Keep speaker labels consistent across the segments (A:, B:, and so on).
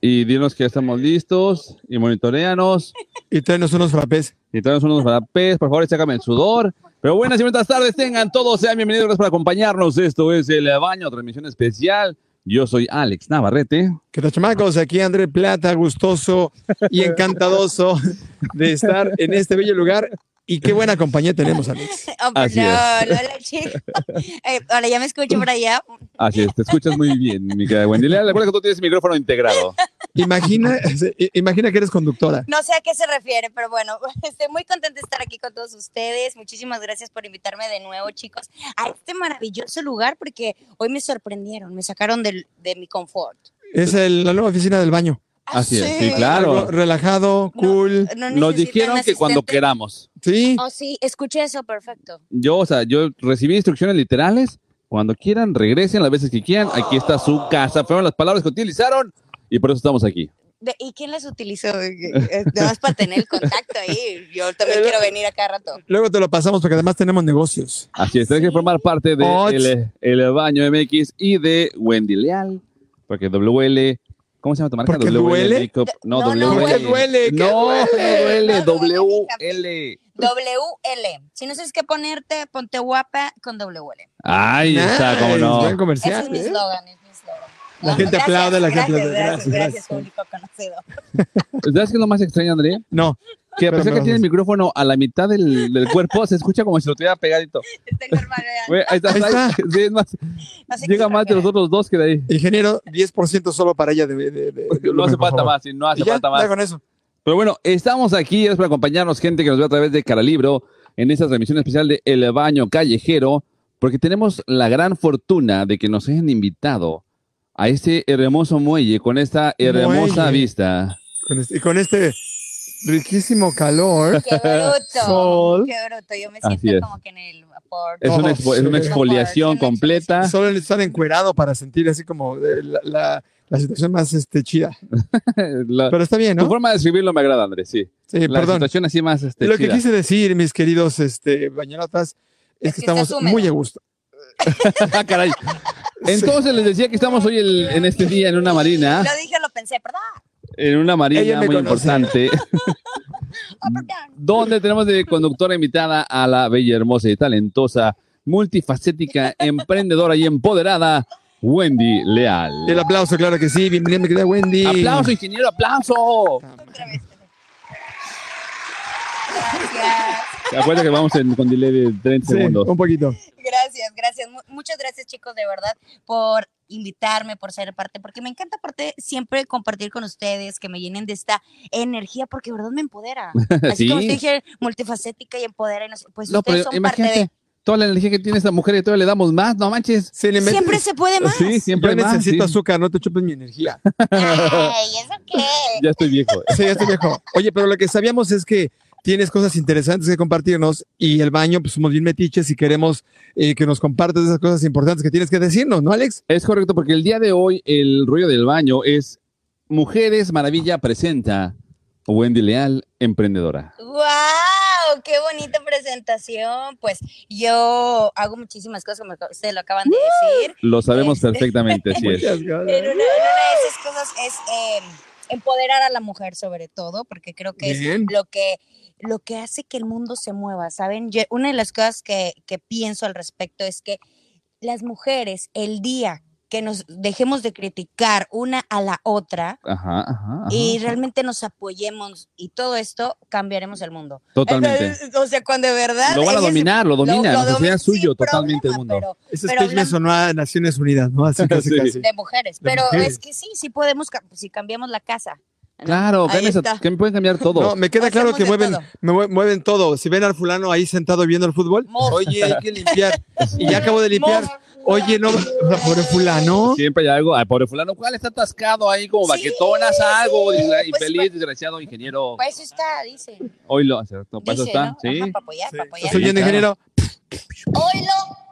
A: y dinos que ya estamos listos y monitoreanos
B: Y tráenos unos frappés.
A: y traemos unos frappés, por favor, y sácame el sudor. Pero buenas y buenas tardes, tengan todos, sean bienvenidos, gracias por acompañarnos. Esto es El Baño, transmisión especial. Yo soy Alex Navarrete.
B: Que los chamacos, aquí André Plata, gustoso y encantadoso de estar en este bello lugar. Y qué buena compañía tenemos, Alex.
C: Oh, pues
A: Así
C: no,
A: es.
C: no, hola, chicos. Eh, hola, ya me escucho por allá.
A: Así es, te escuchas muy bien, mi querida Wendy. Lea, Recuerda que tú tienes micrófono integrado.
B: Imagina, i- imagina que eres conductora.
C: No sé a qué se refiere, pero bueno, estoy muy contenta de estar aquí con todos ustedes. Muchísimas gracias por invitarme de nuevo, chicos, a este maravilloso lugar porque hoy me sorprendieron, me sacaron del- de mi confort.
B: Es el- la nueva oficina del baño.
C: Ah,
A: Así es, sí, claro.
B: Algo relajado,
C: No.
B: cool.
A: Nos
C: necesitan
A: dijeron que
C: asistente.
A: cuando queramos.
B: Sí.
C: Oh, sí, escuché eso, perfecto.
A: Yo, o sea, yo recibí instrucciones literales. Cuando quieran, regresen las veces que quieran. Aquí está su casa. Fueron las palabras que utilizaron y por eso estamos aquí.
C: De- ¿Y quién las utilizó? Eh, Nada más para tener el contacto ahí. Yo también quiero venir a cada rato.
B: Luego te lo pasamos porque además tenemos negocios.
A: Así es, tenés que formar parte de
B: Och.
A: el, El Baño MX y de Wendy Leal, porque WL, ¿cómo se llama tu marca?
B: Porque
A: WL
B: duele.
A: Makeup. No,
C: No,
A: WL.
C: no,
B: ¿Qué duele? ¿Qué
A: No, no duele,
C: No, no duele,
A: WL.
C: WL. Si no sabes qué ponerte, ponte guapa con WL.
A: Ay, está, cómo
B: Nice,
A: no.
B: Buen comercial.
C: Ese es mi
B: ¿eh?
C: eslogan, es mi eslogan.
B: La gente aplaude, la gente aplaude.
C: Gracias, gracias,
B: Gracias,
C: gracias, público conocido.
A: ¿Sabes qué es lo más extraño, Andrea?
B: No,
A: Que a
B: Pero
A: pesar
B: me
A: que tiene el
B: vas a-
A: micrófono a la mitad del, del cuerpo, se escucha como si lo tuviera pegadito.
C: Está en Este normal, vean.
A: Güey, ahí está,
B: Ahí está.
A: Sí, es más,
C: No sé
A: llega
C: qué
A: más de los
C: refiere.
A: otros dos que de ahí.
B: ingeniero, 10% solo para ella. De, de- de- de-
A: No hace
B: por
A: falta
B: favor.
A: más, sí, no hace
B: Y ya,
A: falta
B: ya
A: más.
B: con eso.
A: Pero bueno, estamos aquí, es para acompañarnos, gente que nos ve a través de Caralibro, en esta transmisión especial de El Baño Callejero, porque tenemos la gran fortuna de que nos hayan invitado a este hermoso muelle con esta hermosa
B: Muelle.
A: vista.
B: Con este- y con este riquísimo calor.
C: Qué bruto.
B: Sol.
C: Qué bruto. Yo me
A: Así
C: siento
A: es.
C: como que en el vapor.
A: Es,
B: Oh,
A: una, expo- es
B: sí.
A: una exfoliación completa.
B: Solo estar encuerado para sentir así como eh, la, la- la situación más este, chida.
A: La-
B: Pero está bien,
A: Tu
B: ¿no?
A: forma de escribirlo me agrada, Andrés, sí.
B: Sí,
A: La
B: perdón.
A: situación así más este,
B: Lo que
A: chida.
B: quise decir, mis queridos este, bañanotas, es
C: Es
B: que
C: que estás
B: estamos
C: húmedo.
B: muy a gusto.
A: Ah, caray. Entonces les decía que estamos hoy el- en este día en una marina,
C: Lo dije, lo pensé, perdón.
A: en una
B: Ella
A: marina
B: me
A: muy
B: conoce.
A: importante.
C: Oh, perdón.
A: donde tenemos de conductora invitada a la bella, hermosa y talentosa, multifacética, emprendedora y empoderada, Wendy Leal.
B: El aplauso, claro que sí. Bienvenida, mi querida Wendy.
A: ¡Aplauso, ingeniero, aplauso!
C: Otra vez. Gracias.
A: Acuérdate que vamos en, con delay de 30
B: Sí,
A: segundos.
B: un poquito.
C: Gracias, gracias. Mu- Muchas gracias, chicos, de verdad, por invitarme, por ser parte, porque me encanta parte siempre compartir con ustedes, que me llenen de esta energía, porque de verdad me empodera. Así
A: Sí.
C: como te dije, multifacética y empodera, y no sé, pues
A: No,
C: ustedes
A: pero
C: son parte
A: imagínate, toda la energía que tiene esta mujer y todavía le damos más, no manches.
B: Se le
C: de...
B: mete-
C: Siempre se puede más.
A: Sí, siempre
B: Yo
A: más.
B: necesito
A: sí.
B: azúcar, no te chupes mi energía.
C: Ay, ¿eso qué?
A: Ya estoy viejo.
B: Sí, ya te dejo. Oye, pero lo que sabíamos es que tienes cosas interesantes que compartirnos y el baño, pues somos bien metiches y queremos eh, que nos compartas esas cosas importantes que tienes que decirnos, ¿no, Alex?
A: Es correcto, porque el día de hoy el rollo del baño es Mujeres Maravilla presenta Wendy Leal, emprendedora.
C: ¡Wow! ¡Qué bonita presentación! Pues yo hago muchísimas cosas, como ustedes lo acaban de decir.
A: Lo sabemos
C: Este.
A: perfectamente, así es.
B: Muchas gracias.
C: En una, en una de esas cosas es eh, empoderar a la mujer sobre todo, porque creo que
B: Bien.
C: es lo que, lo que hace que el mundo se mueva, ¿saben? Yo- una de las cosas que, que pienso al respecto es que las mujeres, el día que nos dejemos de criticar una a la otra
A: Ajá, ajá. ajá.
C: y realmente nos apoyemos y todo esto, cambiaremos el mundo.
A: Totalmente.
C: Entonces, o sea, cuando de verdad...
A: Lo van a
C: ellas-
A: dominar, lo dominan.
C: lo
A: o sea,
C: dominan
A: sea
C: sin
A: suyo totalmente el
C: problema,
A: mundo.
C: pero-
B: Ese
C: Pero
B: speech me
C: hablando-
B: sonó a Naciones Unidas, ¿no? Así casi,
A: Sí. Eh,
B: casi.
C: de mujeres,
B: De
C: pero
B: mujeres.
C: es que sí, sí podemos, ca- si cambiamos la casa. ¿no?
A: Claro,
C: Ahí
A: cambias a-
C: está.
A: que me pueden cambiar todo.
B: No, me queda claro
C: Hacemos
B: que
C: de
B: mueven
C: todo.
B: me mue- mueven todo. Si ven al fulano ahí sentado viendo el fútbol,
C: Mos.
B: oye, hay que limpiar. Y ya acabo de limpiar. Oye, no, pobre fulano.
A: Siempre hay algo. Ay, pobre fulano, ¿cuál está atascado ahí como
C: Sí,
A: baquetonas? Algo.
C: sí,
A: Dice,
C: pues,
A: infeliz,
C: pues-
A: desgraciado ingeniero.
C: Para eso Pues está, dice.
A: Hoy lo hace. no, Para eso
C: Dice,
A: está.
C: ¿no?
A: Sí.
C: Ajá, para apoyar, para apoyar.
B: Estoy yendo,
A: claro.
B: ingeniero.
C: Oilo,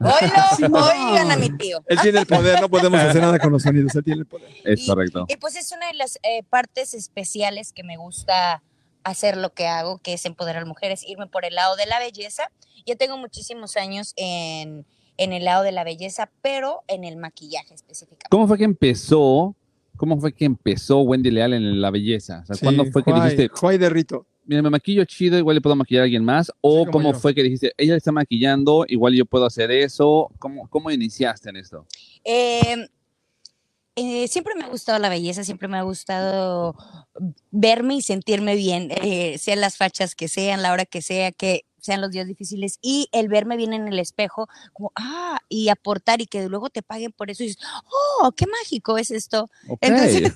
C: oilo, oigan a mi tío.
B: Él tiene el poder, no podemos hacer nada con los sonidos. Él tiene el poder.
A: Es correcto.
C: Y pues es una de las eh, partes especiales que me gusta hacer lo que hago, que es empoderar mujeres, irme por el lado de la belleza. Yo tengo muchísimos años en, en el lado de la belleza, pero en el maquillaje específicamente.
A: ¿Cómo fue que empezó ¿Cómo fue que empezó Wendy Leal en la belleza? O sea, ¿cuándo fue que dijiste,
B: Juay de Rito.
A: mira, me maquillo chido, igual le puedo maquillar a alguien más? ¿O
B: como
A: cómo
B: yo.
A: fue que dijiste, ella está maquillando, igual yo puedo hacer eso? ¿Cómo, cómo iniciaste en esto?
C: Eh, eh, siempre me ha gustado la belleza, siempre me ha gustado verme y sentirme bien, eh, sean las fachas que sean, la hora que sea, que sean los días difíciles y el verme bien en el espejo, como, ah, y aportar y que luego te paguen por eso y dices, oh, qué mágico es esto.
A: Ok.
C: Entonces,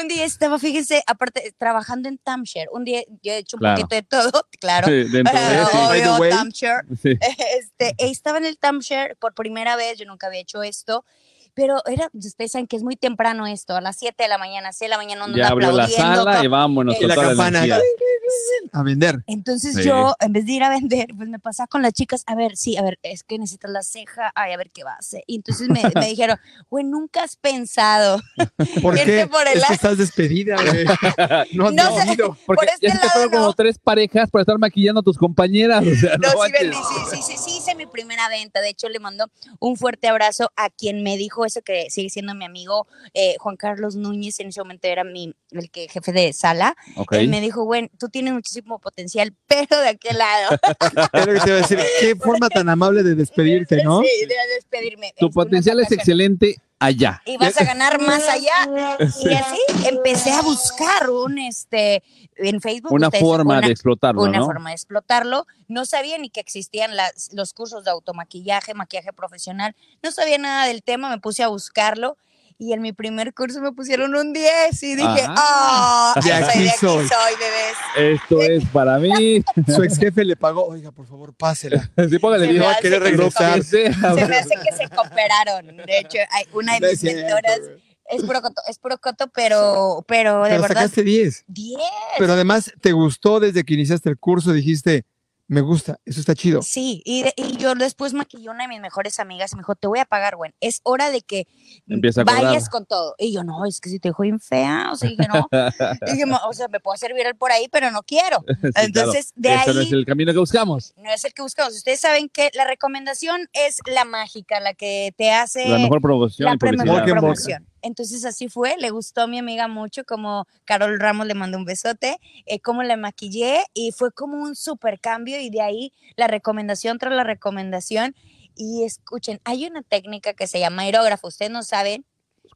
C: un día estaba, fíjense, aparte, trabajando en Tamshare, un día yo he hecho un
A: Claro.
C: poquito de todo, claro.
A: Dentro de
C: Ah,
B: sí. By the
C: obvio,
B: way.
C: Tamshare.
A: sí.
C: Este, estaba en el timeshare por primera vez, yo nunca había hecho esto, pero era, ustedes saben que es muy temprano esto, a las 7 de la mañana, 6 de la
A: Ya
C: mañana, andaba
A: abrió la
C: aplaudiendo.
A: sala y
C: pa-
A: vámonos
C: Eh,
A: con
B: la
A: toda
B: campana.
A: energía.
B: A vender.
C: Entonces
A: Sí.
C: yo, en vez de ir a vender, pues me pasaba con las chicas, a ver, sí, a ver, es que necesitas la ceja, ay, a ver qué va a hacer. Y entonces me, me dijeron, güey, nunca has pensado.
B: ¿Por
C: Irte
B: qué?
C: por el
B: es
C: ar-
B: que estás despedida, güey. No,
C: No
B: no,
C: sé.
A: Porque
C: Por este
A: ya se te
C: lado,
A: fueron como
C: no.
A: tres parejas para estar maquillando a tus compañeras. o sea,
C: No,
A: no
C: sí, vendí,
A: manches.
C: sí, sí, sí, sí, hice mi primera venta. De hecho, le mando un fuerte abrazo a quien me dijo eso, que sigue siendo mi amigo eh, Juan Carlos Núñez, en ese momento era mi, el que, jefe de sala.
A: Ok.
C: Él me dijo, bueno, tú tienes muchísimo potencial, pero de aquel lado.
B: Es lo que te iba a decir. Qué forma tan amable de despedirte, ¿no?
C: Sí, de despedirme.
A: Tu
C: Este, una
A: potencial es
C: vacación.
A: excelente allá.
C: Y vas a ganar más allá. Y así empecé a buscar un, este, en Facebook.
A: Una
C: ustedes-
A: forma
C: una-
A: de explotarlo,
C: una
A: ¿no?
C: forma de explotarlo. No sabía ni que existían las- los cursos de automaquillaje, maquillaje profesional. No sabía nada del tema, me puse a buscarlo y en mi primer curso me pusieron un 10 y dije,
A: Ah.
C: "Ah,
B: De
C: soy,
B: aquí
C: de aquí
B: soy".
C: soy, bebés.
A: Esto es para mí.
B: Su ex jefe le pagó, oiga, por favor, pásela.
A: Sí, póngale
C: Se
A: diez.
C: me
B: Va a
C: hace
B: querer
C: que se
B: regresar.
A: Sea,
C: Se me hace que se cooperaron. De hecho, hay una de
B: No es
C: mis
B: cierto,
C: mentoras
B: güey.
C: es procoto, es procoto, pero, pero de
B: Pero
C: verdad,
B: sacaste 10.
C: 10.
B: Pero además, te gustó desde que iniciaste el curso, dijiste, me gusta, eso está chido.
C: Sí, y, de- y yo después maquillé una de mis mejores amigas y me dijo, te voy a pagar, güey, es hora de que
A: Empieza a cobrar.
C: vayas con todo. Y yo, no, es que si te dejo bien fea, o sea, dije, no, Y dije, "Ma- o sea, me puedo hacer viral por ahí, pero no quiero.
A: claro.
C: Entonces, de
A: Ese Este no
C: ahí
A: es el camino que buscamos.
C: no es el que buscamos. Ustedes saben que la recomendación es la mágica, la que te hace
A: La mejor promoción
C: la
A: y
C: prem-
A: publicidad.
B: Boca en boca.
C: promoción. Entonces así fue, le gustó a mi amiga mucho, como Carol Ramos le mandó un besote, eh, cómo la maquillé y fue como un super cambio y de ahí la recomendación tras la recomendación. Y escuchen, hay una técnica que se llama aerógrafo, ustedes no saben,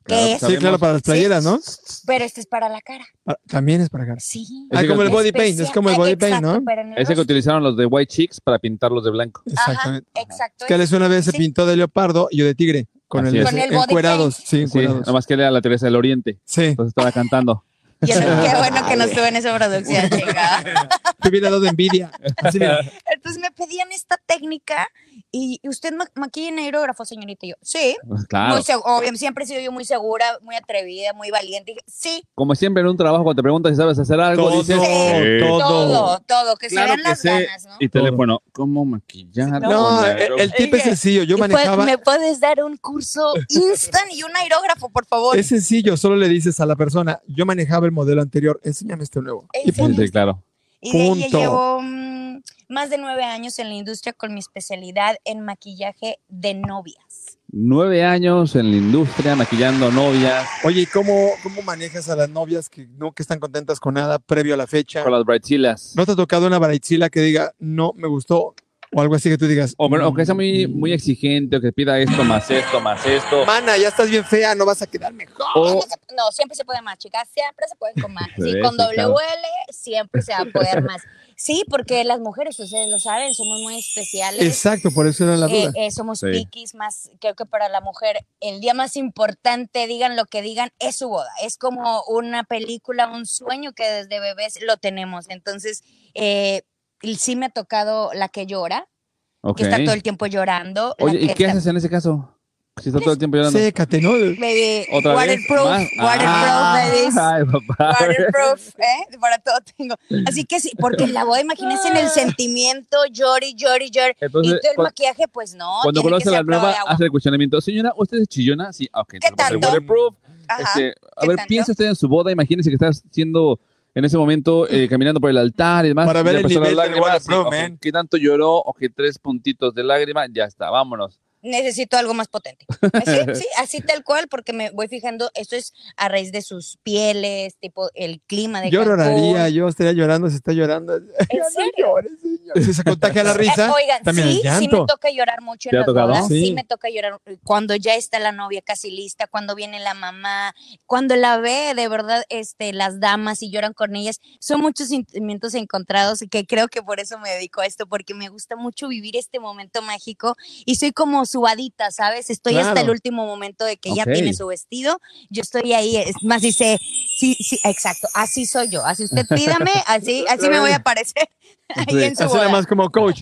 A: Claro,
C: ¿Qué es?
B: Sí,
A: sabemos.
B: claro, para las playeras, ¿no?
C: pero este es para la cara.
B: Ah, También es para acá.
C: Sí.
A: Ese
B: Ah, como el
A: que-
B: body paint, es
C: Especial-
B: como el
C: ah,
B: body
C: exacto,
B: paint, ¿no?
C: pero en el
A: Ese que
C: rostro.
A: utilizaron los de White Chicks para pintarlos de blanco.
B: Exactamente.
C: Ajá, exacto.
B: Que les una vez se pintó de leopardo y yo de tigre. Con
A: Así
B: el,
A: es.
C: Con el body
B: encuerados. Sí,
A: Sí, pues,
B: encuerados.
A: nada más que era la Teresa del Oriente.
B: Sí.
A: Entonces estaba cantando.
C: Y eso- qué bueno que no estuve en esa producción, chingada.
B: Te hubiera dado envidia. Así, mira.
C: Entonces me pedían esta técnica y y usted ma- maquilla en aerógrafo, señorita. Y yo, sí,
A: Claro.
C: muy seg- obvio, siempre he sido yo muy segura, muy atrevida, muy valiente. Y dije, sí,
A: Como siempre en un trabajo, cuando te preguntas si sabes hacer algo,
B: Todo,
A: dices.
B: Sí.
A: "Eh,
B: todo.
C: todo, todo, que
A: Claro
C: se vean
A: que
C: las
A: sé.
C: ganas, ¿no?
A: Y teléfono, ¿cómo maquillar?
B: No,
A: con
C: eh,
B: el, el
A: aerógrafo?
B: tip es
C: Oye,
B: sencillo. Yo
C: Y fue,
B: manejaba.
C: ¿Me puedes dar un curso instant y un aerógrafo, por favor?
B: Es sencillo, solo le dices a la persona, yo manejaba el modelo anterior, enséñame este nuevo. Y
C: ¿En
B: pum,
C: serio?
A: Sí, claro.
C: y de ahí
B: punto.
C: llevo mm, más de nueve años en la industria con mi especialidad en maquillaje de novias.
A: Nueve años en la industria, maquillando novias,
B: Oye, ¿y cómo, cómo manejas a las novias que no que están contentas con nada previo a la fecha?
A: con las brachilas.
B: ¿No te ha tocado una baratzila que diga, no me gustó? O algo así que tú digas.
A: O, bueno, o que sea muy,
B: "Mm,
A: muy exigente, o que pida esto, más esto, más esto.
B: Mana, ya estás bien fea, no vas a quedar mejor.
A: O,
C: No, siempre se puede más, chicas, siempre se pueden con más. Sí,
A: Eso,
C: con doble
A: claro.
C: L siempre se va a poder más. Sí, porque las mujeres, ustedes lo saben, somos muy especiales.
B: Exacto, por eso era la
C: Eh,
B: duda.
C: eh, somos
A: Sí.
C: piquis más, creo que para la mujer el día más importante, digan lo que digan, es su boda. Es como una película, un sueño que desde bebés lo tenemos. Entonces, eh, y sí me ha tocado la que llora,
A: ok.
C: que está todo el tiempo llorando. la
A: Oye, ¿y
C: que
A: qué
C: está-
A: haces en ese caso? Si está todo el tiempo llorando.
B: Sécate, ¿no?
C: Baby,
A: ¿Otra vez?
C: waterproof,
A: ¿Más?
C: waterproof,
A: Ah,
C: babies.
A: Ay, papá.
C: Waterproof, ¿eh? Para todo tengo. Así que sí, porque en la boda, imagínense en el sentimiento, llori, llori, llori. Y
A: Entonces,
C: todo el
A: cu-
C: maquillaje, pues no.
A: cuando
C: tiene que
A: conoce a
C: ser
A: la
C: a prueba
A: nueva,
C: de agua.
A: hace el cuestionamiento. Señora, ¿usted es chillona? Sí, ah, ok. te lo paso.
C: tanto?
A: Waterproof.
C: Ajá.
A: Este, a
C: ¿Qué
A: ver,
C: tanto?
A: piensa usted en su boda, imagínese que estás siendo en ese momento eh, caminando por el altar y demás.
B: Para
A: y
B: ver
A: ya
B: el
A: empezó la
B: nivel del
A: lágrima,
B: waterproof,
A: sí, ok,
B: man.
A: ¿Qué tanto lloró? Ok, tres puntitos de lágrima, ya está, vámonos.
C: necesito algo más potente. Sí, sí, así tal cual, porque me voy fijando, esto es a raíz de sus pieles, tipo el clima de
B: Yo
C: Cancún.
B: lloraría, yo estaría llorando, se está llorando.
C: ¿En
B: No
C: serio?
B: llores, señor. Si se contagia la risa,
C: Eh, oigan,
B: también
C: sí,
B: el
C: sí
B: llanto.
C: me toca llorar mucho
A: ¿Te
C: en
A: ha
C: las
A: tocado?
C: bodas, sí.
B: Sí.
C: me toca llorar cuando ya está la novia casi lista, cuando viene la mamá, cuando la ve de verdad este las damas y lloran con ellas. Son muchos sentimientos encontrados y que creo que por eso me dedico a esto porque me gusta mucho vivir este momento mágico y soy como subadita, ¿sabes? Estoy hasta
B: Claro.
C: el último momento de que ya
A: Ok.
C: tiene su vestido. Yo estoy ahí, es más dice, sí, sí, exacto, así soy yo, así usted pídame, así así me voy a aparecer ahí en su
B: Así nada
C: boda.
B: más como coach,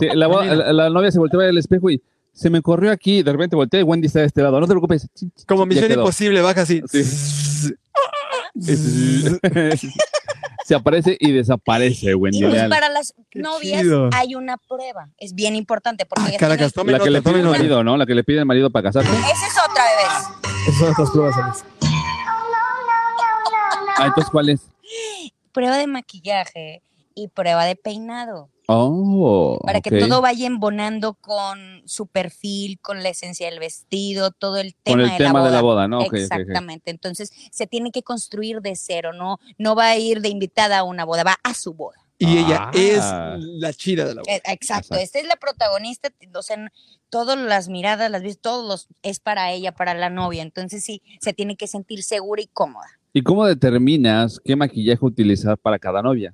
A: Sí, la, bo-
B: Mira,
A: la- la novia se volteaba al espejo y se me corrió aquí, y de repente volteé y Wendy está de este lado. No te preocupes.
B: como
A: Ya
B: misión
A: quedó.
B: imposible, baja así.
A: se aparece y desaparece Wendy.
C: Y pues
A: real.
C: para las
B: Qué
C: novias
B: chido.
C: hay una prueba. Es bien importante porque
B: Ah,
C: ellas
B: Caracas,
C: tienen-
B: tome
A: La que le
B: nota,
A: pide
B: tome
A: el
B: nota.
A: marido, ¿no? La que le pide el marido para casarse.
C: Esa es otra, bebés.
B: Esas son otras pruebas, Alex.
A: Ah, entonces, ¿cuál es?
C: Prueba de maquillaje y prueba de peinado.
A: Oh,
C: Para
A: ok.
C: que todo vaya embonando con su perfil, con la esencia del vestido, todo el tema,
A: Con el tema de la boda, ¿no? Ok, ok, ok.
C: Exactamente. Entonces se tiene que construir de cero, ¿no? No va a ir de invitada a una boda, va a su boda.
B: Y
A: Ah.
B: ella es la chida de la boda.
C: Eh, Exacto.
A: Exacto.
C: Esta es la protagonista. O sea, n- todas las miradas, las vis- todos los es para ella, para la novia. Entonces sí, se tiene que sentir segura y cómoda.
A: ¿Y cómo determinas qué maquillaje utilizar para cada novia?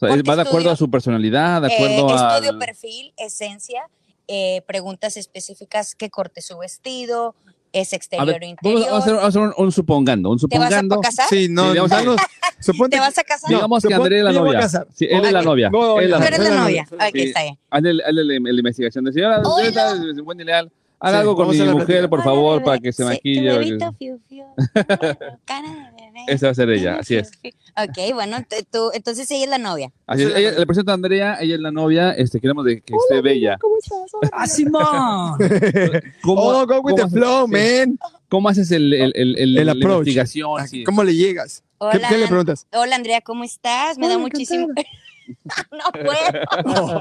A: O sea,
C: Porque
A: ¿Va de acuerdo
C: estudio-
A: a su personalidad? ¿De
C: Eh,
A: acuerdo a.?
C: estudio perfil, esencia, eh, preguntas específicas, qué corte su vestido, es
A: A
C: exterior
A: ver,
C: o
A: vamos a-
C: interior.
A: vamos a hacer, vamos a hacer un, un supongando. Un
C: ¿Te vas a
A: supongando.
C: casar?
B: Sí, no,
A: Sí, vamos a-
B: danos- suponte
C: ¿Te vas a casar?
B: no,
A: Digamos que
B: suponte
A: Andrea es la
B: que yo me voy a
A: novia.
B: casar.
A: Sí, él es la
C: Ok.
A: novia.
B: No,
A: él es la
C: Tú
A: novia.
C: eres la
B: no, no,
C: novia.
B: no,
C: Ah, ok,
A: sí.
C: está bien.
A: Hazle, hazle la, la investigación. de, Señora,
C: Hola.
A: señorita, Wendy Leal, haga
B: Sí,
A: algo con
B: vamos
A: mi
B: a la
A: mujer,
B: plática.
A: por
C: Hola,
A: favor,
C: bebé.
A: para que se
C: Sí, tu
A: maquille. porque-
C: bebito, fiu, fiu, cara de bebé,
A: Esa va a ser ella,
C: cara
A: así
C: fiu,
A: es.
C: fiu. Ok, bueno, t- tú, entonces ella es la novia.
A: Así es. Ella- le presento a Andrea, ella es la novia, este, queremos de que esté bella.
D: ¡Ah, Simón!
A: ¿Cómo,
B: Oh, go with
A: cómo
B: the
A: haces-
B: flow,
A: sí.
B: man.
A: ¿Cómo haces el, el, el, el-
B: El
A: la
B: approach.
C: Ah,
A: investigación? Oh, sí?
B: ¿Cómo le llegas? ¿Qué,
C: Hola,
B: qué le
C: An-
B: preguntas?
C: hola Andrea, ¿cómo estás? Me da muchísimo. no puedo.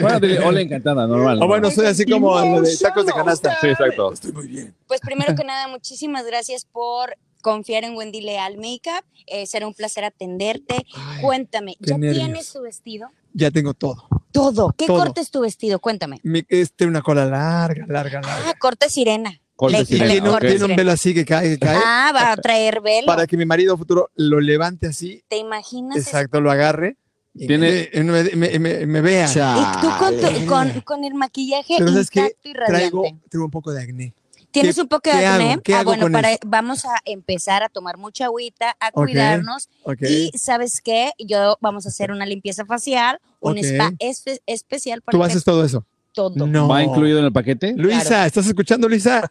A: Bueno, dile, hola, encantada, normal.
B: O Ah, bueno, soy así como lo de tacos de canasta.
A: Ah, Sí, exacto.
B: Estoy muy bien.
C: Pues primero que nada, muchísimas gracias por confiar en Wendy Leal Makeup. Eh, será un placer atenderte. Cuéntame,
B: qué
C: ¿ya
B: nervios.
C: tienes tu vestido?
B: Ya tengo todo.
C: Todo. ¿Qué
B: Todo.
C: corte es tu vestido? Cuéntame.
B: Mi, este, una cola larga, larga,
C: Ah,
B: larga.
C: corte sirena.
A: Corte
C: Le-
B: Y
A: sirena,
C: le-
B: tiene, un-
A: ok.
C: corte
B: tiene un
C: sirena.
B: velo así que cae, que cae.
C: Ah, va a traer velo.
B: Para que mi marido futuro lo levante así.
C: ¿Te imaginas? eso?
B: Exacto, lo agarre. Y
A: Tiene-
B: me, me- me- me- me vea.
C: Y tú con, tu-
B: Chale.
C: con- con el maquillaje
B: Pero ¿sabes qué?
C: intacto y radiante.
B: Traigo, traigo un poco de acné.
C: ¿Tienes
B: ¿Qué-
C: un poco de
B: qué hago?
C: acné?
B: ¿Qué
C: ah,
B: hago
C: bueno,
B: con
C: para-
B: eso?
C: vamos a empezar a tomar mucha agüita, a cuidarnos
B: Ok.
C: Y sabes qué, yo vamos a hacer una limpieza facial, un
B: Ok.
C: spa espe- especial para
B: Tú
C: que
B: haces todo eso.
C: todo.
B: No.
A: ¿Va incluido en el paquete?
B: Luisa,
C: Claro.
B: ¿estás escuchando, Luisa?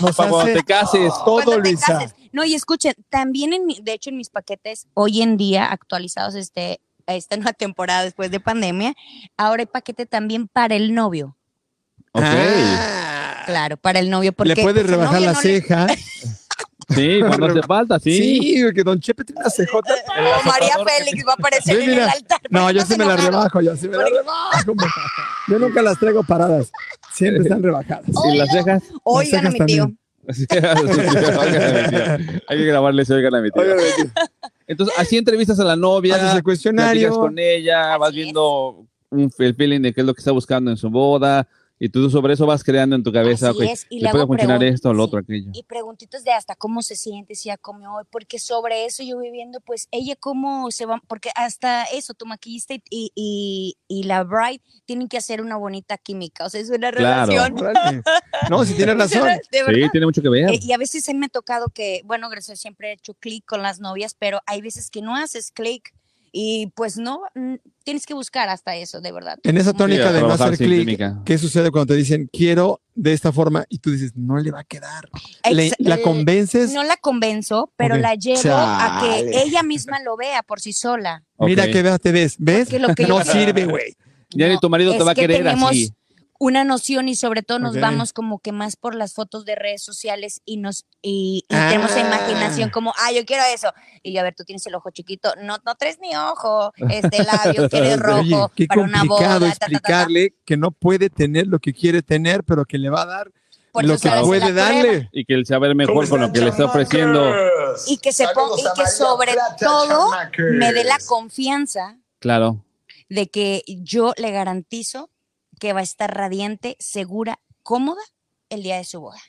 B: Nos
A: Para cuando
B: hace
A: te cases.
B: todo,
C: Cuando te
B: Luisa.
C: cases. No, y escuchen, también en mi- de hecho en mis paquetes hoy en día actualizados este esta nueva temporada después de pandemia, ahora hay paquete también para el novio.
A: Ok.
B: Ah.
C: Claro, para el novio porque
B: le puedes
C: pues, el
B: rebajar
C: novio
B: la
C: no le-
B: ceja.
A: Sí, cuando hace falta, sí.
B: Sí, que Don Chepe tiene una cejota.
C: Oh, María Félix va a aparecer
B: Sí,
C: en el
B: mira.
C: altar.
B: No,
C: porque
B: yo
C: estás
B: sí me las
C: enojado.
B: rebajo, yo sí me las rebajo. hombre. Yo nunca las traigo paradas. Siempre están rebajadas.
A: ¿Y las cejas?
C: Oigan a
B: cejas
C: mi tío.
B: también.
A: Sí, oigan, mi tía. Hay que grabarles, oigan a mi tía. Entonces, así entrevistas a la
B: Haces
A: novia,
B: el
A: platicas
B: cuestionario.
A: con ella, vas
C: Así es.
A: viendo un, el feeling de qué es lo que está buscando en su boda, y tú sobre eso vas creando en tu cabeza,
C: Así
A: ok,
C: es, y
A: le
C: hago
A: puedo funcionar
C: preguntas,
A: esto, lo
C: sí.
A: otro, aquello.
C: y preguntitas de hasta cómo se siente, si ya comió hoy, porque sobre eso yo voy viendo, pues ella cómo se va, porque hasta eso, tu maquillista y, y, y- y la bride tienen que hacer una bonita química, o sea, es una
A: Claro.
C: relación.
B: Órale. No, si tienes razón.
C: De verdad.
A: Sí, tiene mucho que ver.
C: Eh, y a veces a mí me ha tocado que, bueno, gracias, siempre he hecho clic con las novias, pero hay veces que no haces clic y pues no, mm, tienes que buscar hasta eso, de verdad.
B: En esa tónica
A: Sí,
B: de no
A: trabajar
B: hacer
A: sin
B: clic,
A: química.
B: ¿qué sucede cuando te dicen quiero de esta forma y tú dices no le va a quedar? Le-
C: Ex-
B: la
C: l-
B: convences.
C: No la convenzo, pero
B: Ok.
C: la llevo a que
B: Chale.
C: ella misma lo vea por sí sola.
A: Ok.
B: Mira que veas, te ves. ¿Ves?
C: Que lo que yo
B: No
C: veo-
B: sirve, güey.
A: Ya ni tu marido te
C: es
A: va a
C: que
A: querer
C: tenemos
A: así.
C: una noción y sobre todo nos
B: Ok.
C: vamos como que más por las fotos de redes sociales y nos y, y
B: Ah.
C: tenemos esa imaginación como, ah, yo quiero eso. Y yo, a ver, tú tienes el ojo chiquito, no, no traes ni ojo, este labio quieres rojo
B: Oye, qué
C: para una boda,
B: complicado
C: ta, ta, ta, ta.
B: explicarle que no puede tener lo que quiere tener, pero que le va a dar
C: Por
B: lo
C: eso
B: que
C: se hace la
B: puede
C: prueba.
B: darle.
A: Y que el saber mejor con lo que le está ofreciendo.
C: Y que se ponga, y que sobre todo me dé la confianza
A: Claro.
C: de que yo le garantizo que va a estar radiante, segura, cómoda el día de su boda.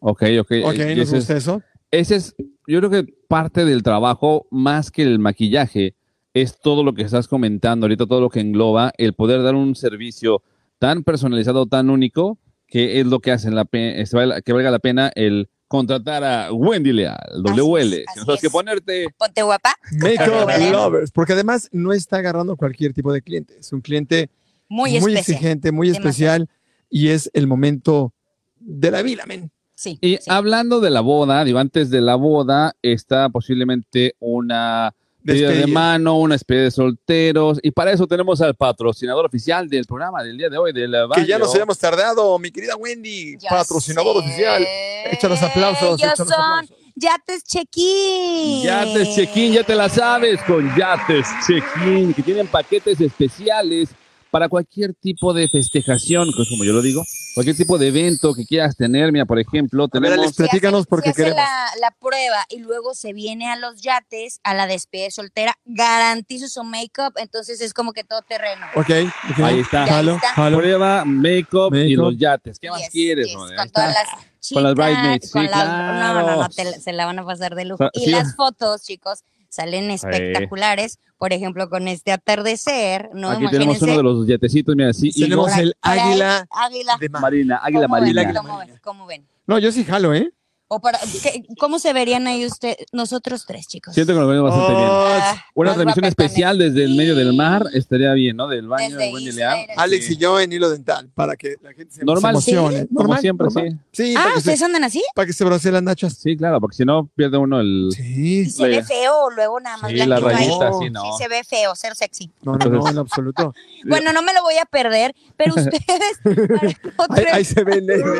A: Ok, ok.
B: Ok,
A: eh,
B: ¿nos
A: ese es-
B: gusta eso?
A: ese es, yo creo que parte del trabajo, más que el maquillaje, es todo lo que estás comentando ahorita, todo lo que engloba el poder dar un servicio tan personalizado, tan único, que es lo que hace la pe- es- val- que valga la pena el contratar a Wendy Leal, WL.
C: así
A: Si no sabes qué
C: es.
A: ponerte,
C: Ponte guapa,
B: Makeup
C: Bueno.
B: lovers, porque además no está agarrando cualquier tipo de cliente, es un cliente
C: muy,
B: muy,
C: especial.
B: exigente, muy
C: Demasiado.
B: especial y es el momento de la vida, men.
C: Sí,
A: Y
C: sí.
A: hablando de la boda, digo, antes de la boda está posiblemente una despedida de
B: Despedida.
A: mano, una despedida de solteros, y para eso tenemos al patrocinador oficial del programa del día de hoy, del
B: Que ya
A: baño.
B: nos habíamos tardado, mi querida Wendy,
C: Ya
B: patrocinador
C: sé.
B: oficial. Echa los aplausos.
C: Ellos
B: echa los
C: son
B: aplausos.
C: Yates Chequín.
A: Yates Check-in, ya te la sabes con Yates Check-in, que tienen paquetes especiales para cualquier tipo de festejación, que es como yo lo digo, cualquier tipo de evento que quieras tener. Mira, por ejemplo,
B: A ver,
A: tenemos
B: Alex, platícanos porque
C: se hace
B: queremos.
C: La, la prueba y luego se viene a los yates, a la despedida de soltera, garantizo su make-up, entonces es como que todo terreno.
B: Ok, ok.
A: Ahí está.
B: Jalo,
C: Ahí está.
B: jalo.
A: prueba, make-up y
B: Make-up.
A: los yates. ¿Qué más
C: Yes,
A: quieres?
C: yes,
A: brother? Ahí
C: Con
A: está.
C: todas las chicas,
A: Con las bridesmaids,
C: con
A: sí,
C: las- No, no, no,
A: claro.
C: te la- se la van a pasar de lujo.
A: O sea,
C: y
A: sí.
C: las fotos, chicos, salen espectaculares. Por ejemplo, con este atardecer, ¿no?
A: Aquí tenemos uno de los yatecitos, mira, sí. y
B: Tenemos
A: luego-
B: el
C: Por ahí,
B: águila
C: águila.
B: de mar.
A: Marina, Águila
C: ¿Cómo ven?
A: Marina.
B: águila.
C: ¿Cómo ven? ¿Cómo ven?
B: No, yo sí jalo, ¿eh?
C: O para, ¿qué- ¿Cómo se verían ahí usted, nosotros tres, chicos?
A: Siento que nos vemos bastante bien.
B: Oh,
C: Ah,
A: Una
C: más
A: transmisión
C: guapetones.
A: especial desde el medio del mar estaría bien, ¿no? Del baño
C: Desde
A: de Wendy
C: Isla,
A: Leal.
C: era-
B: Alex y yo en hilo dental para que la gente se
A: Normal,
B: se emocione.
A: sí.
B: Normal,
A: Como siempre,
B: normal. Sí,
C: Ah,
B: para, que
C: ¿ustedes
B: se,
C: andan así?
B: para que se broceen las nachas.
A: Sí, claro, porque si no pierde uno el...
C: Y
B: Sí.
C: se ve
A: Vaya.
C: feo, luego nada más
A: Sí, la
C: blanquito ahí.
A: rayita,
B: No.
A: sí, no.
C: Sí, se ve feo, ser sexy.
B: No, no, no, en absoluto.
C: Bueno, no me lo voy a perder, pero ustedes, para
B: Ahí,
C: otro-
B: ahí se ven, le- le- me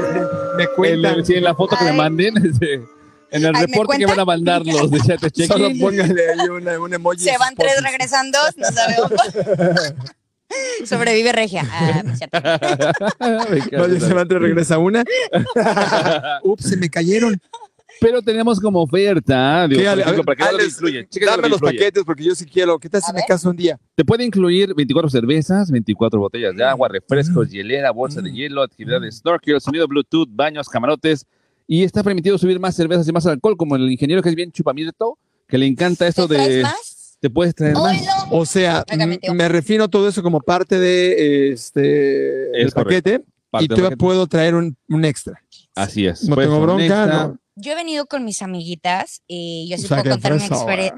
A: En el-
B: cuentan.
A: sí, en la foto que me
C: Ay.
A: manden, ese- en el
C: Ay, ¿me
A: reporte que
C: cuentan?
A: van a mandar los de Chat Check.
B: Solo póngale ahí una, un emoji.
C: se van tres,
B: Spotify.
C: regresan dos, no sabemos. Sobrevive Regia. Ah, no es cierto.
B: No, ya se van tres, regresa una. Ups, se me cayeron.
A: Pero tenemos como oferta, digo,
B: ¿Qué,
A: por
B: Ale? A
A: ejemplo,
B: ver,
A: para que no lo
B: Alex,
A: incluye. Chécate lo
B: Dame
A: que
B: los
A: incluye.
B: paquetes porque yo sí quiero. ¿Qué tal si
C: A
B: me
C: ver.
B: caso un día?
A: Te puede incluir 24 cervezas, 24 botellas de agua,
B: Mm.
A: refrescos, hielera, bolsa de hielo, actividad de snorkel, sonido Bluetooth, baños, camarotes. Y está permitido subir más cervezas y más alcohol, como el ingeniero que es bien chupamirto, que le encanta
C: ¿Tú
A: esto
C: traes
A: de...
C: más?
A: Te puedes traer más.
C: ¡Oilo!
B: O sea,
C: Venga,
B: m-
C: metió.
B: me refino todo eso como parte de este el
A: Es correcto.
B: paquete
A: Parte
B: y
A: de
B: te
A: la gente.
B: puedo traer un, un extra.
A: Así es.
B: No
A: Puedes
B: tengo
A: con
B: bronca.
A: esta.
B: no.
C: Yo he venido con mis amiguitas y yo sí
B: O sea,
C: puedo
B: que
C: contar mi
B: fresa,
C: exper-
A: O sea, o sea,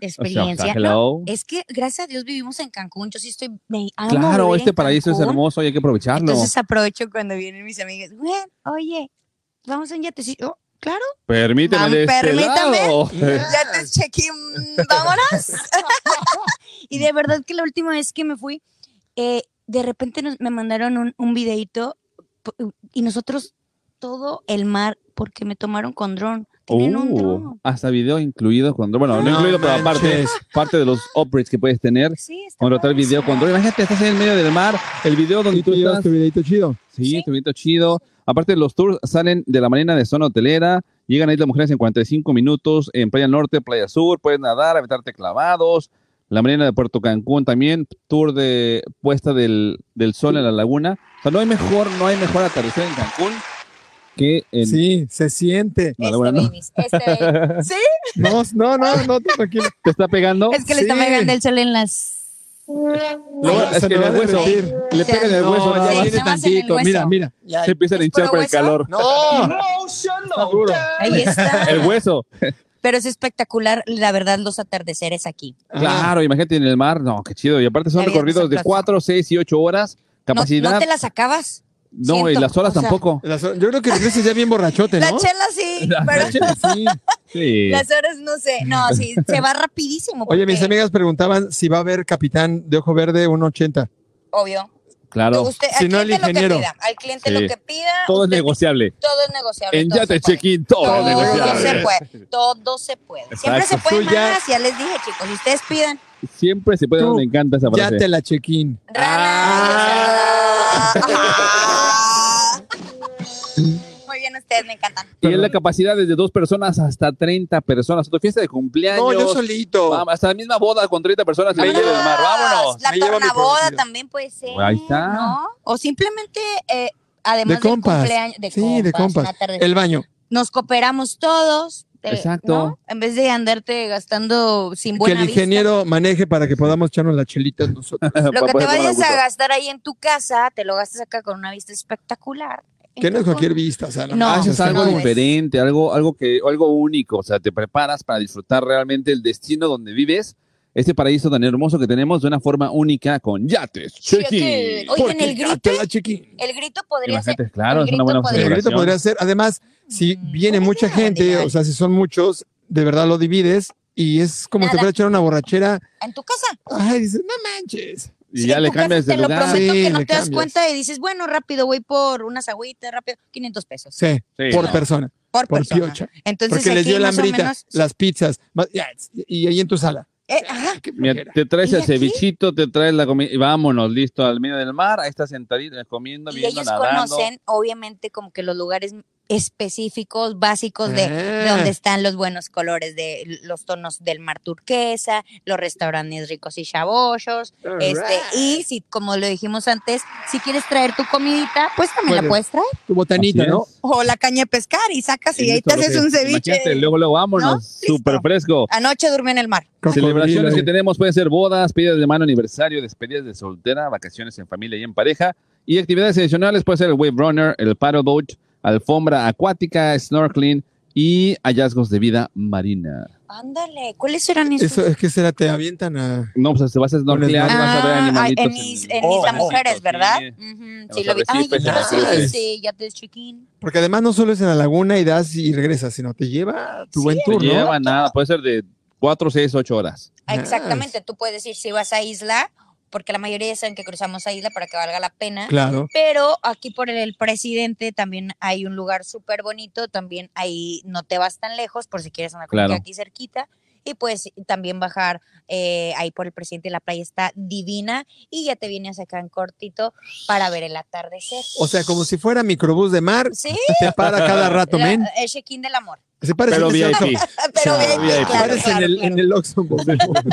C: experiencia. No,
A: hello.
C: es que gracias a Dios vivimos en Cancún. Yo sí estoy. Me amo
A: Claro,
C: vivir
A: este
C: en
A: paraíso es
C: Cancún.
A: hermoso y hay que aprovecharlo.
C: Entonces aprovecho cuando vienen mis amigas. "Güey, oye, vamos a un yatecito. claro,
A: Permíteme
C: Mam,
A: de este
C: permítame.
A: lado.
C: yates check-in, vámonos. y de verdad que la última vez que me fui, eh, de repente nos- me mandaron un, un videito po- y nosotros todo el mar, porque me tomaron con dron. Tienen un
A: Uh,
C: dron.
A: hasta video incluido con dron. Bueno, no,
B: No
A: incluido, pero aparte,
B: manches.
A: parte de los upgrades que puedes tener.
C: Sí, está
A: Contratar
C: padrísimo.
A: video con dron. Imagínate, estás en el medio del mar, el video donde
B: Y tú
A: tú
B: llevas
A: estás.
B: tu videito chido.
A: Sí,
C: Sí.
A: estuviste chido. Aparte, los tours salen de la mañana de zona hotelera, llegan a Isla Mujeres en 45 minutos, en Playa Norte, Playa Sur, puedes nadar, aventarte clavados. La mañana de Puerto Cancún también, tour de puesta del, del sol en la laguna. O sea, no hay mejor, no hay mejor atardecer en Cancún que en...
B: Sí, se siente.
A: No,
C: Este
A: bueno, no.
C: babies, este babies.
B: No, no, no, no, tú tranquilo.
A: ¿Te está pegando?
C: Es que le está
B: Sí.
C: pegando el sol en las.
A: Luego,
B: Se
A: es que
B: me
A: en
B: va
A: el
B: a
A: hueso,
B: derretir.
A: le pega en el
B: No,
A: hueso nada
C: ya
A: más.
C: viene. Nada más en el hueso.
B: Mira, mira.
A: Se empieza a
C: ¿Es
A: hinchar
C: puro
A: por el
C: hueso?
A: calor.
B: No, está duro.
C: Ahí está.
A: El hueso.
C: Pero es espectacular, la verdad, los atardeceres aquí.
A: Claro, imagínate en el mar. No, qué chido. Y aparte son
C: Ya habíamos
A: recorridos de
C: hablado.
A: 4, 6 y 8 horas.
C: No-
A: Capacidad.
C: No, te las acabas.
A: No, y
C: Siento,
A: las horas
C: o sea,
A: tampoco.
B: La so- Yo creo que regresas ya bien borrachote,
C: La
B: ¿no?
C: chela sí, pero
B: Sí.
A: Sí.
C: las horas no sé. No, sí, se va rapidísimo.
B: Oye, mis
C: porque,
B: amigas preguntaban si va a haber capitán de ojo verde 1.80.
C: Obvio.
A: Claro.
C: Usted- al
B: Si no, el
C: cliente
B: ingeniero.
C: Lo que pida, al cliente
A: Sí.
C: lo que pida,
A: Todo es
C: usted-
A: negociable.
C: todo es negociable.
A: En
C: todo
A: ya
C: se
A: te
C: puede.
A: check-in, todo,
C: Todo
A: es negociable.
C: se puede, todo se puede. Siempre se
A: Exacto.
C: puede
B: Tú ya-
C: más, ya les dije, chicos, si ustedes pidan,
A: Siempre se puede,
B: Tú,
A: me encanta esa
B: Ya
A: frase.
B: te la check-in.
C: Rana. Ah. Muy bien, ustedes me encantan.
A: Y es la capacidad desde dos personas hasta 30 personas. Tu fiesta de cumpleaños.
B: No, yo solito.
A: Vamos, hasta la misma boda con 30 personas te
B: Me
A: la lleva
B: llevo-
A: el mar. Vámonos.
C: Ah, La
B: Me llevo a mi
C: tornaboda
B: conocido.
C: también puede ser.
A: Ahí está.
C: ¿no? O simplemente, eh, además
B: Pues De compas.
C: del cumpleaños, de
B: Sí,
C: compas,
B: de compas.
C: una tarde-
B: El baño.
C: Nos cooperamos todos. eh,
A: Exacto.
C: ¿no? En vez de andarte gastando sin
B: Que
C: buena
B: el ingeniero maneje para que podamos echarnos las chelitas nosotros.
C: vista. Lo que
A: Para
C: te
A: poder
C: vayas
A: tomar
C: a
A: gusto.
C: gastar ahí en tu casa, te lo gastas acá con una vista espectacular.
B: que no es
C: Entonces,
B: cualquier vista, o sea, no,
C: No,
B: manches,
A: Haces
C: no,
A: Ah, algo
C: no,
B: que-
C: es-
A: diferente, algo, algo que, algo único. O sea, te preparas para disfrutar realmente el destino donde vives. Este paraíso tan hermoso que tenemos de una forma única con yates.
C: Check-in.
A: Check-in.
C: Oigan,
B: Porque
C: el
B: ya
C: grito-
B: te la check-in.
C: El grito podría ser.
A: Imagínate, claro,
C: el
A: es una buena
C: grito podría-
B: El grito
A: celebración.
B: podría ser, además, si
C: Mm,
B: viene
C: buena
B: mucha
C: idea,
B: gente,
C: buena idea.
B: o sea, si son muchos, de verdad lo divides y es como si
C: Nada.
B: te fuera a echar una borrachera.
C: En tu casa.
B: Ay, dices, no manches.
A: Y
C: Sí,
A: ya
C: en
A: le
C: tu casa
A: cambias de
C: te Lo
A: lugar.
C: prometo
B: Sí,
C: que no
B: le
C: te das
B: cambias.
C: cuenta y dices, bueno, rápido voy por unas agüitas, rápido, 500 pesos
B: Sí,
A: Sí,
B: por
A: no.
B: persona,
C: por,
B: por
C: persona.
B: piocha.
C: Entonces
B: Porque les
C: aquí
B: dio la
C: más o
B: hambrita,
C: menos-
B: las pizzas, más- ya, y ahí en tu sala.
C: Eh, ajá,
B: Qué
A: Mira,
B: flojera.
A: te traes
C: ¿Y
A: el
C: aquí?
A: cevichito, te traes la comida y vámonos, listo, al medio del mar. Ahí estás sentadito, eh, comiendo,
C: y
A: viendo,
C: ellos
A: nadando.
C: conocen, obviamente, como que los lugares específicos, básicos Pues
A: Eh.
C: de, de
B: Ah.
C: donde están los buenos colores de los tonos del mar turquesa, los restaurantes ricos y chabollos. Este, y si, como lo dijimos antes, si quieres traer tu comidita, pues también la
B: Puedes.
C: puedes traer.
B: tu botanita,
A: Así
B: ¿no?
A: es.
C: O la caña de pescar y sacas y ahí te
A: Listo,
C: haces
A: lo que-
C: un ceviche.
A: imagínate, luego, luego vámonos,
C: Listo.
A: súper fresco.
C: Anoche durmió en el mar.
B: Cocodrilo,
A: Celebraciones que
B: eh.
A: tenemos pueden ser bodas, pedidas de mano, aniversario, despedidas de soltera, vacaciones en familia y en pareja. Y actividades adicionales puede ser el wave runner, el paddle boat, alfombra acuática, snorkeling y hallazgos de vida marina.
C: Ándale, ¿cuáles eran esos?
B: Eso es que será, te avientan a.
A: No, pues te vas a snorkelar,
B: snorkel.
A: vas a ver
C: Ah,
A: animalitos.
C: en Is- en
A: Oh,
C: Isla
A: animalitos,
C: Mujeres, ¿verdad?
A: sí.
C: Ujú,
A: los
C: Sí, lo vi. Ay, yo
A: arrecifes,
B: en
C: quiero
B: las
C: hacer
B: islas.
C: ese yates chiquín.
B: Porque además no solo es en la laguna y das y regresas, sino te lleva tu buen
A: Te
B: tour, ¿no?
A: lleva nada, puede ser de 4, 6, 8 horas.
C: Ah, Exactamente, tú puedes ir si vas a isla, porque la mayoría ya saben que cruzamos a isla para que valga la pena.
B: Claro.
C: Pero aquí por el, el presidente también hay un lugar súper bonito, también ahí no te vas tan lejos por si quieres andar como que
A: Claro.
C: aquí cerquita. Y pues también bajar eh, ahí por el presidente, la playa está divina y ya te vienes acá en cortito para ver el atardecer.
B: O sea, como si fuera microbús de mar,
C: Sí,
B: te para cada rato,
C: la-
B: men.
C: el check-in del amor.
B: Se parece
A: Pero
B: en ese
A: VIP,
C: Pero
B: O sea,
C: VIP,
A: VIP.
C: claro,
B: Parece en
C: claro,
B: el,
C: claro.
B: en el Oxxo.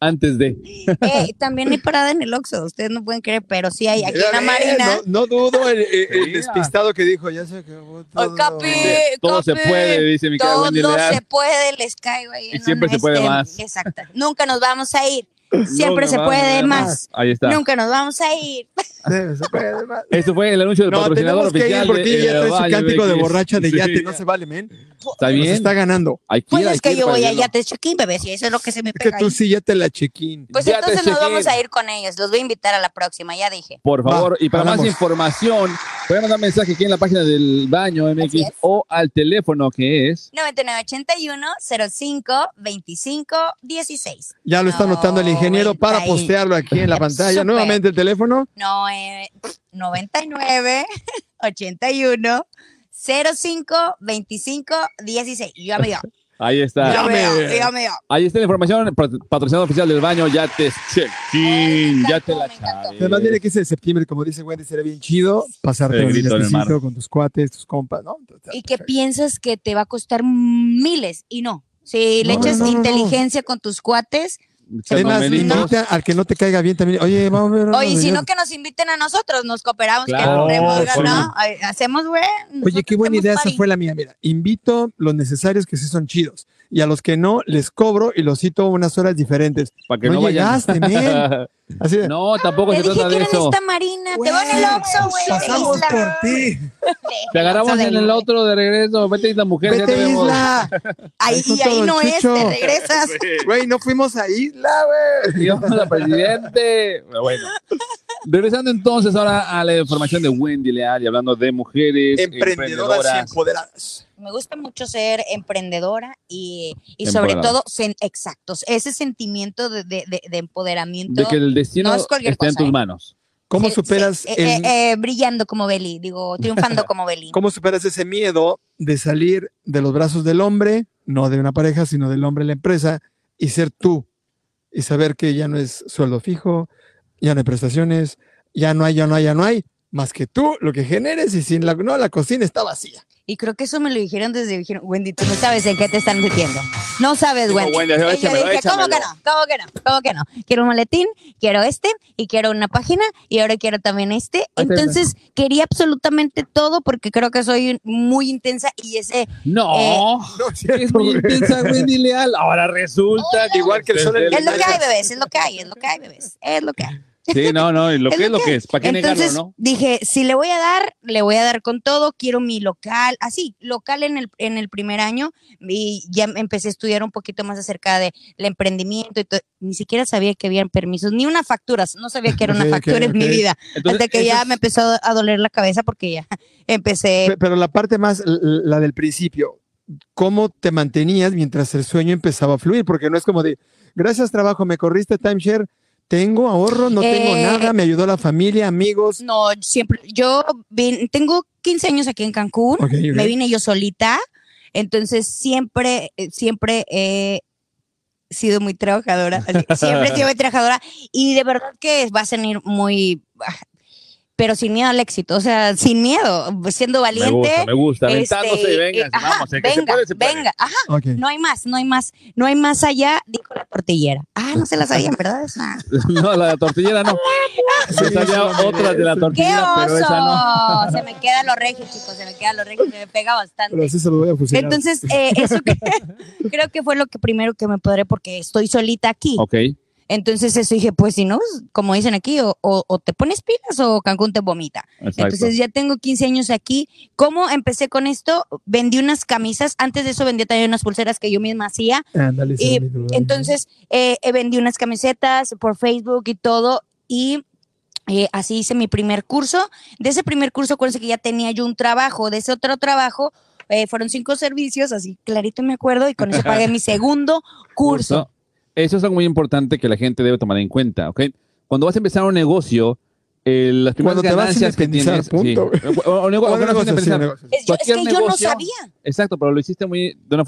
A: antes de.
C: Eh, también hay parada en el Oxxo, ustedes no pueden creer, pero sí hay aquí en
B: Eh,
C: la Marina.
B: No, no dudo el, el- el
A: Sí.
B: despistado que dijo, ya se acabó todo.
C: Ay, capi,
A: Todo se
C: capi,
A: puede, dice mi querida
C: Eh, Todo
A: Wendy Leal.
C: se puede, les caigo ahí.
A: Y
C: en
A: siempre
C: un,
A: se puede más.
C: Exacto. Nunca nos vamos a ir. Siempre
A: No,
C: se
A: no,
C: puede
A: no, no.
C: más.
A: Ahí está.
C: Nunca nos vamos a ir.
B: Sí, se puede, va.
A: Esto fue el anuncio del
B: No,
A: patrocinador
B: tenemos que
A: oficial.
B: ir porque
A: de eh,
B: ya trae su
A: Valle
B: cántico de
A: MX.
B: borracha de
A: Sí.
B: yate, no se vale, men.
A: Está
B: Nos
A: bien.
B: está ganando.
A: Hay que
C: Pues
A: ir, hay
C: es que
A: ir
C: yo
A: para
C: voy
A: verlo.
C: allá te chequín, bebé, si eso es lo que se me
B: Es que
C: pega.
B: tú
C: ahí.
B: sí ya te la chequín.
C: Pues
A: Ya te
C: entonces nos
A: chequín.
C: vamos a ir con ellos. Los voy a invitar a la próxima, ya dije.
A: Por favor,
B: Va,
A: y para más
B: hablamos.
A: información, pueden mandar mensaje aquí en la página del baño
C: Así
A: MX
C: es.
A: o al teléfono que es.
C: 9981 05 25 16.
B: Ya lo está
C: No,
B: anotando el ingeniero
C: güey,
B: para
C: ahí.
B: postearlo aquí en la pantalla.
C: Súper.
B: Nuevamente el teléfono.
C: No, eh, 99 81 05 25 16. Yo me dio.
A: Ahí
C: Yo
A: está.
C: me dio.
B: Llame.
C: Yo me dio.
A: Ahí está la información, pat- patrocinador oficial del baño, ya te check-in, ya te la
C: Me encantó.
A: chavé.
B: Además, viene 15 de septiembre, como dice Wendy, será bien chido pasarte
A: El
B: el
A: grito del
B: despacito con tus cuates, tus compas, ¿no?
C: y que piensas que te va a costar miles y no. Si le
B: No,
C: echas
B: no, no, no.
C: inteligencia con tus cuates,
A: San
B: Es más,
A: Domenico.
B: invita al que no te caiga bien también. Oye, vamos a ver.
C: oye,
B: unos
C: si no
B: videos.
C: que nos inviten a nosotros, nos cooperamos,
A: Claro,
C: que nos
B: sí.
C: ¿no? Ay, Hacemos, güey.
B: Oye, qué buena idea esa fue la mía. Mira, invito los necesarios que sí son chidos y a los que no les cobro y los cito unas horas diferentes.
A: para que
B: No,
A: no, vayan.
B: llegaste, men. Así de.
A: No, tampoco
C: Te
A: se
C: dije
A: trata
C: que
A: de
C: era en
A: eso.
C: esta marina.
B: "Güey,
C: te van el
B: pues,
C: Oxxo, güey.
B: Pasamos
C: de Isla.
B: por ti.
A: Te agarramos
C: Oxxo de
A: en el
C: Isla.
A: otro de regreso. Vete a Isla Mujer, ya
B: Vete
A: te
B: a
A: vemos.
B: Isla.
C: Ahí,
B: Ahí
C: y
B: con todo
C: ahí
B: el
C: no es,
B: chucho.
C: te regresas.
B: Güey, no fuimos a Isla, güey.
A: Dios la presidente. Pero bueno. Regresando entonces ahora a la información de Wendy Leal y hablando de mujeres
B: Emprendedoras y
A: emprendedoras.
B: empoderadas.
C: Me gusta mucho ser emprendedora y, y sobre
A: Empoderada.
C: todo, sen- exactos, ese sentimiento de, de- de- de empoderamiento.
A: De que el destino
C: No es cualquier
A: está en
C: cosa,
A: tus
C: ¿eh?
A: manos.
B: ¿Cómo
C: Sí,
B: superas
C: sí, eh,
B: el,
C: eh, eh, brillando como Beli, digo, triunfando como Beli.
B: cómo superas ese miedo de salir de los brazos del hombre, no de una pareja, sino del hombre en la empresa y ser tú y saber que ya no es sueldo fijo, ya no hay prestaciones, ya no hay, ya no hay, ya no hay, más que tú lo que generes y sin la no la cocina está vacía.
C: Y creo que eso me lo dijeron desde dijeron, Wendy, tú no sabes en qué te están metiendo. No sabes, Wendy.
A: Wendy,
C: Y yo
A: échamelo,
C: dije, ¿cómo
A: échamelo".
C: que no? ¿Cómo que no? ¿Cómo que no? Quiero un maletín, quiero este, y quiero una página, y ahora quiero también este.
B: está, ahí
C: Entonces, quería absolutamente todo porque creo que soy muy intensa y ese...
A: No,
C: Eh,
B: No, es
A: es muy intensa Wendy Leal. Ahora resulta que igual que el sol en la
C: Oh, Es lo que
A: playa.
C: hay, bebés, es lo que hay, es lo que hay, bebés, es lo que hay.
A: Sí, no, no, y lo
C: Es
A: que es
C: lo
A: lo que es. ¿Para qué negarlo,
C: Entonces
A: no?
C: dije, si le voy a dar, le voy a dar con todo, quiero mi local, así, local en el, en el primer año y ya me empecé a estudiar un poquito más acerca de el emprendimiento y todo. Ni siquiera sabía que habían permisos, ni una factura, no sabía que era una
B: Ok, ok,
C: factura en mi
B: ok.
C: vida,
A: Entonces,
C: hasta que
A: eso
C: ya
A: es-
C: me empezó a a doler la cabeza porque ya empecé,
B: Pe- Pero la parte más, l- la del principio, ¿cómo te mantenías mientras el sueño empezaba a fluir? Porque no es como de, gracias trabajo, me corriste timeshare, tengo ahorro, no tengo
C: Eh,
B: nada, me ayudó la familia, amigos.
C: no, siempre, yo vin- tengo 15 años aquí en Cancún,
B: Ok, ok.
C: me vine yo solita, entonces siempre, eh, siempre he sido muy trabajadora, así, siempre he sido muy trabajadora y de verdad que vas a venir muy, ah, pero sin miedo al éxito, o sea, sin miedo, siendo
A: me gusta,
C: valiente.
A: me gusta.
C: este,
A: Aventándose y venga,
C: eh, ajá,
A: vamos, el que se
C: venga,
A: puede, se puede.
C: venga, ajá,
B: Ok.
C: no hay más, no hay más, no hay más allá, dijo la tortillera. Ah, no se la sabían, ¿verdad? Esa?
A: No, la tortillera no. Me salía otra de la
C: ¡Qué
A: tortillera, pero
C: oso!
A: esa no.
C: Se me queda lo regio, chicos, se me queda lo regio, se me pega bastante.
B: Pero sí se lo voy a fusionar.
C: Entonces, eh, eso que- creo que fue lo que primero que me podré porque estoy solita aquí.
A: Ok.
C: Entonces, eso dije, pues si no, como dicen aquí, o, o- o te pones pilas o Cancún te vomita.
A: Exacto.
C: Entonces, ya tengo 15 años aquí. ¿Cómo empecé con esto? Vendí unas camisas. Antes de eso, vendía también unas pulseras que yo misma hacía.
B: Ándale, esa
C: y
B: era mi duda.
C: Entonces, eh, eh, vendí unas camisetas por Facebook y todo. Y eh, así hice mi primer curso. De ese primer curso, acuérdense que ya tenía yo un trabajo. De ese otro trabajo, eh, fueron cinco servicios, así clarito me acuerdo. Y con eso pagué mi segundo curso.
A: Justo. Eso es algo muy importante que la gente debe tomar en cuenta, ¿ok? Cuando vas a empezar un negocio, eh, las primeras
B: Cuando te vas a
A: ganancias que
B: independizar,
A: tienes...
B: punto.
A: sí. O- o- o nego-
B: Bueno,
A: o no vas a
B: negocios, sí,
A: independizar.
B: negocios.
C: Es, yo- es
A: cualquier
C: que yo no
A: negocio-
C: sabía.
A: Exacto, pero lo hiciste muy de una forma